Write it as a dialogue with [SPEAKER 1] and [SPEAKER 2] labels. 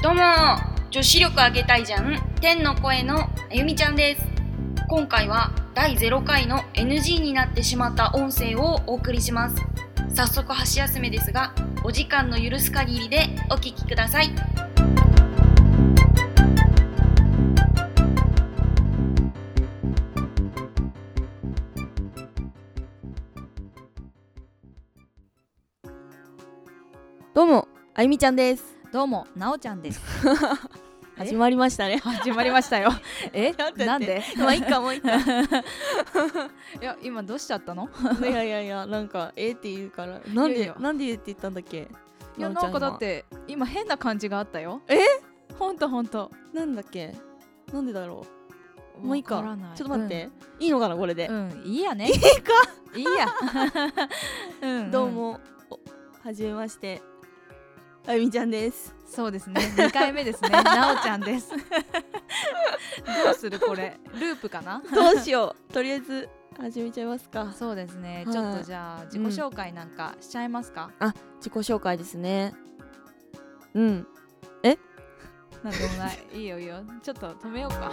[SPEAKER 1] 女子力上げたいじゃん天の声のあゆみちゃんです今回は第0回の NG になってしまった音声をお送りします早速箸休めですがお時間の許す限りでお聞きください
[SPEAKER 2] どうも、あゆみちゃんです。
[SPEAKER 3] どうも、なおちゃんです。え
[SPEAKER 2] 始まりましたね。
[SPEAKER 3] 始まりましたよ。 え、なんで？
[SPEAKER 2] もういいか、もういいか。
[SPEAKER 3] いや、今どうしちゃったの？
[SPEAKER 2] いやいやいや、なんか、えーって言うから。なん
[SPEAKER 3] いやい
[SPEAKER 2] で
[SPEAKER 3] や、
[SPEAKER 2] なんで言って言ったんだっけ。
[SPEAKER 3] いや、
[SPEAKER 2] なおち
[SPEAKER 3] な
[SPEAKER 2] ゃ
[SPEAKER 3] ん
[SPEAKER 2] が
[SPEAKER 3] かだっ。て今変な感じがあったよ。
[SPEAKER 2] え？
[SPEAKER 3] ほんとほんと。
[SPEAKER 2] なんだっけ。なんでだろう。もういいか。
[SPEAKER 3] わらない
[SPEAKER 2] ちょっと待って。いいのかな、これで
[SPEAKER 3] う。ん。うん、いいやね。
[SPEAKER 2] いいか。
[SPEAKER 3] いいや。 うんん
[SPEAKER 2] どう。も。おはじめまして。あゆみちゃん です。
[SPEAKER 3] そうですね。二回目 ですね。なおちゃん です。どうするこれ？ループかな？
[SPEAKER 2] どうしよう。とりあえず、始めちゃいますか。
[SPEAKER 3] そうですね。
[SPEAKER 2] はい
[SPEAKER 3] ちょっとじゃあ自己紹介なんかしちゃいますか？
[SPEAKER 2] 自己紹介ですね。うん。
[SPEAKER 3] なんでもない。いいよいいよ。ちょっと止めようか。